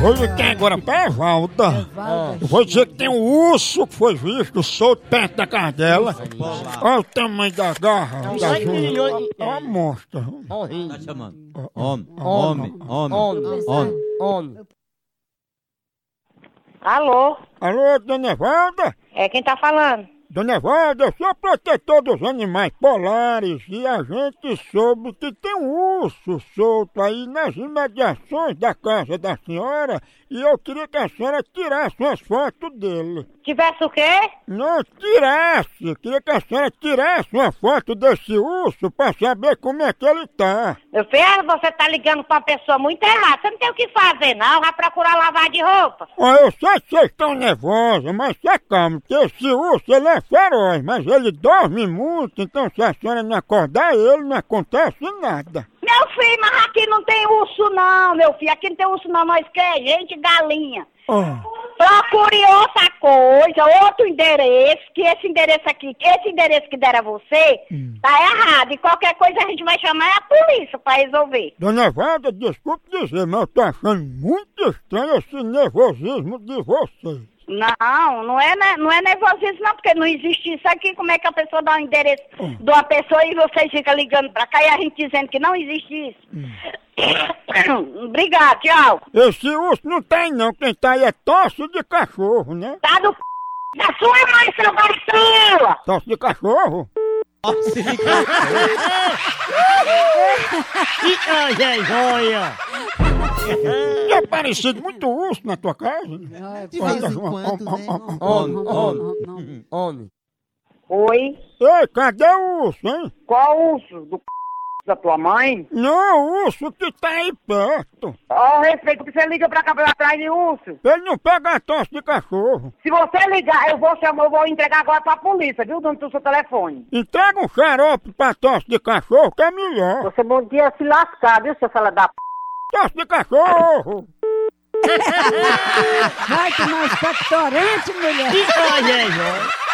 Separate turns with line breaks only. Vou ligar agora pra
É
Valda. Eu vou dizer que tem um urso que foi visto solto perto da casa dela. Olha o tamanho da garra. Da
Ai,
Júlia.
milhões de-
É uma mostra.
Horrível.
Tá chamando. Homem, homem, homem.
Homem,
Homem.
homem.
Alô?
Alô, dona Valda?
É quem tá falando?
Dona Valda, eu sou protetor dos animais polares e a gente soube que tem um urso solto aí nas imediações da casa da senhora e eu queria que a senhora tirasse umas fotos dele.
Tivesse o quê?
Não tirasse! Eu Queria que a senhora tirasse uma foto desse urso pra saber como é que ele tá.
Meu filho, você tá ligando pra uma pessoa muito errada. Você não tem o que fazer, não. Vai procurar lavar de roupa.
Ó, eu sei que vocês estão nervosos, mas se acalme, porque esse urso ele é feroz, mas ele dorme muito, então se a senhora não acordar ele, não acontece nada.
Meu filho, mas aqui não tem urso, não, meu filho. Aqui não tem urso, não. Nós que é gente e galinha.
Oh.
Procure outra coisa, outro endereço, que esse endereço aqui, esse endereço que deram a você, tá errado. E qualquer coisa a gente vai chamar é a polícia pra resolver.
Dona Wanda, desculpe dizer, mas eu tô achando muito estranho esse nervosismo de vocês.
Não, não é, ne- não é nervosismo, não, porque não existe isso aqui. Como é que a pessoa dá o endereço de uma pessoa e vocês ficam ligando pra cá e a gente dizendo que não existe isso? Obrigado, tchau.
Esse urso não tem não, quem tá aí é tosse de cachorro, né?
Tá do c... da sua mãe, seu vacila!
Tosse de cachorro?
Que coisa é joia.
Já é parecido muito urso na tua casa?
É, De vez em quando, né?
Homem, homem,
Homem.
homem.
Oi,
Ei, cadê o urso, hein?
qual uso do c... da tua mãe?
Não, é o urso que tá aí perto.
Ó, o respeito que você liga pra cá pra atrás de urso.
Pra ele não pegar tosse de cachorro.
Se você ligar, eu vou chamar, eu vou entregar agora pra polícia, viu, dono do seu telefone.
Entrega um xarope pra tosse de cachorro que é melhor.
Você bom dia se lascar, viu, seu fala da p...
Tosse de cachorro!
Vai tomar um expectorante, mulher.
Que coisa é joia.